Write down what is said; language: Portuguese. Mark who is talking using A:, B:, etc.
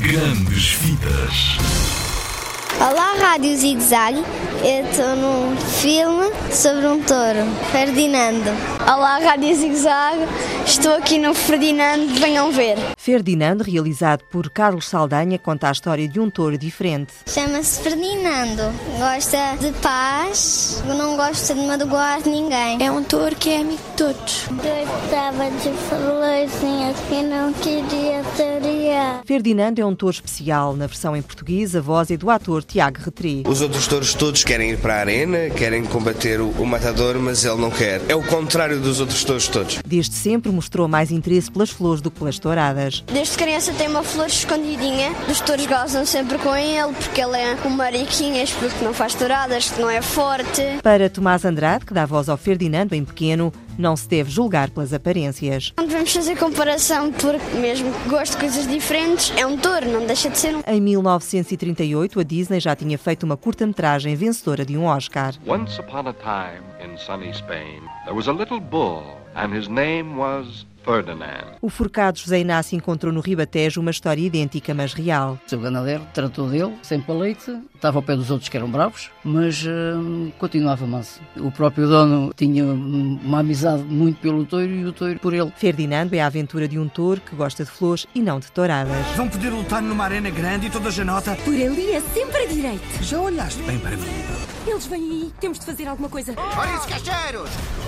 A: Grandes Vidas.
B: Olá, Rádio Zig Zag. Eu estou num filme sobre um touro, Ferdinando. Olá, Rádio Zig Zag. Estou aqui no Ferdinando, venham ver.
C: Ferdinando, realizado por Carlos Saldanha, conta a história de um touro diferente.
B: Chama-se Ferdinando. Gosta de paz, não gosta de magoar ninguém.
D: É um touro que é amigo de todos.
E: Eu estava de florzinhas que não queria teoria.
C: Ferdinando é um touro especial. Na versão em português, a voz é do ator Tiago Retri.
F: Os outros touros todos querem ir para a arena, querem combater o, o matador, mas ele não quer. É o contrário dos outros touros todos.
C: Desde sempre mostrou mais interesse pelas flores do que pelas touradas.
G: Desde criança tem uma flor escondidinha. Os touros gozam sempre com ele porque ele é um mariquinhas, porque não faz touradas, que não é forte.
C: Para Tomás Andrade, que dá voz ao Ferdinando em pequeno, não se deve julgar pelas aparências.
G: Não devemos fazer comparação porque, mesmo que goste de coisas diferentes, é um touro, não deixa de ser um.
C: Em 1938, a Disney já tinha feito uma curta-metragem vencedora de um Oscar.
H: Once upon a time in sunny Spain, there was a little bull, and his name was Ferdinand.
C: O forcado José Inácio encontrou no Ribatejo uma história idêntica, mas real.
I: O seu ganadeiro tratou dele, sem palete, estava ao pé dos outros que eram bravos, mas hum, continuava manso. O próprio dono tinha hum, uma amizade muito pelo touro e o touro por ele.
C: Ferdinando é a aventura de um touro que gosta de flores e não de touradas.
J: Vão poder lutar numa arena grande e toda a janota.
K: Por ali é sempre a direito.
J: Já olhaste bem para mim?
K: Eles vêm aí, temos de fazer alguma coisa.
L: Olhem-se, cacheiros!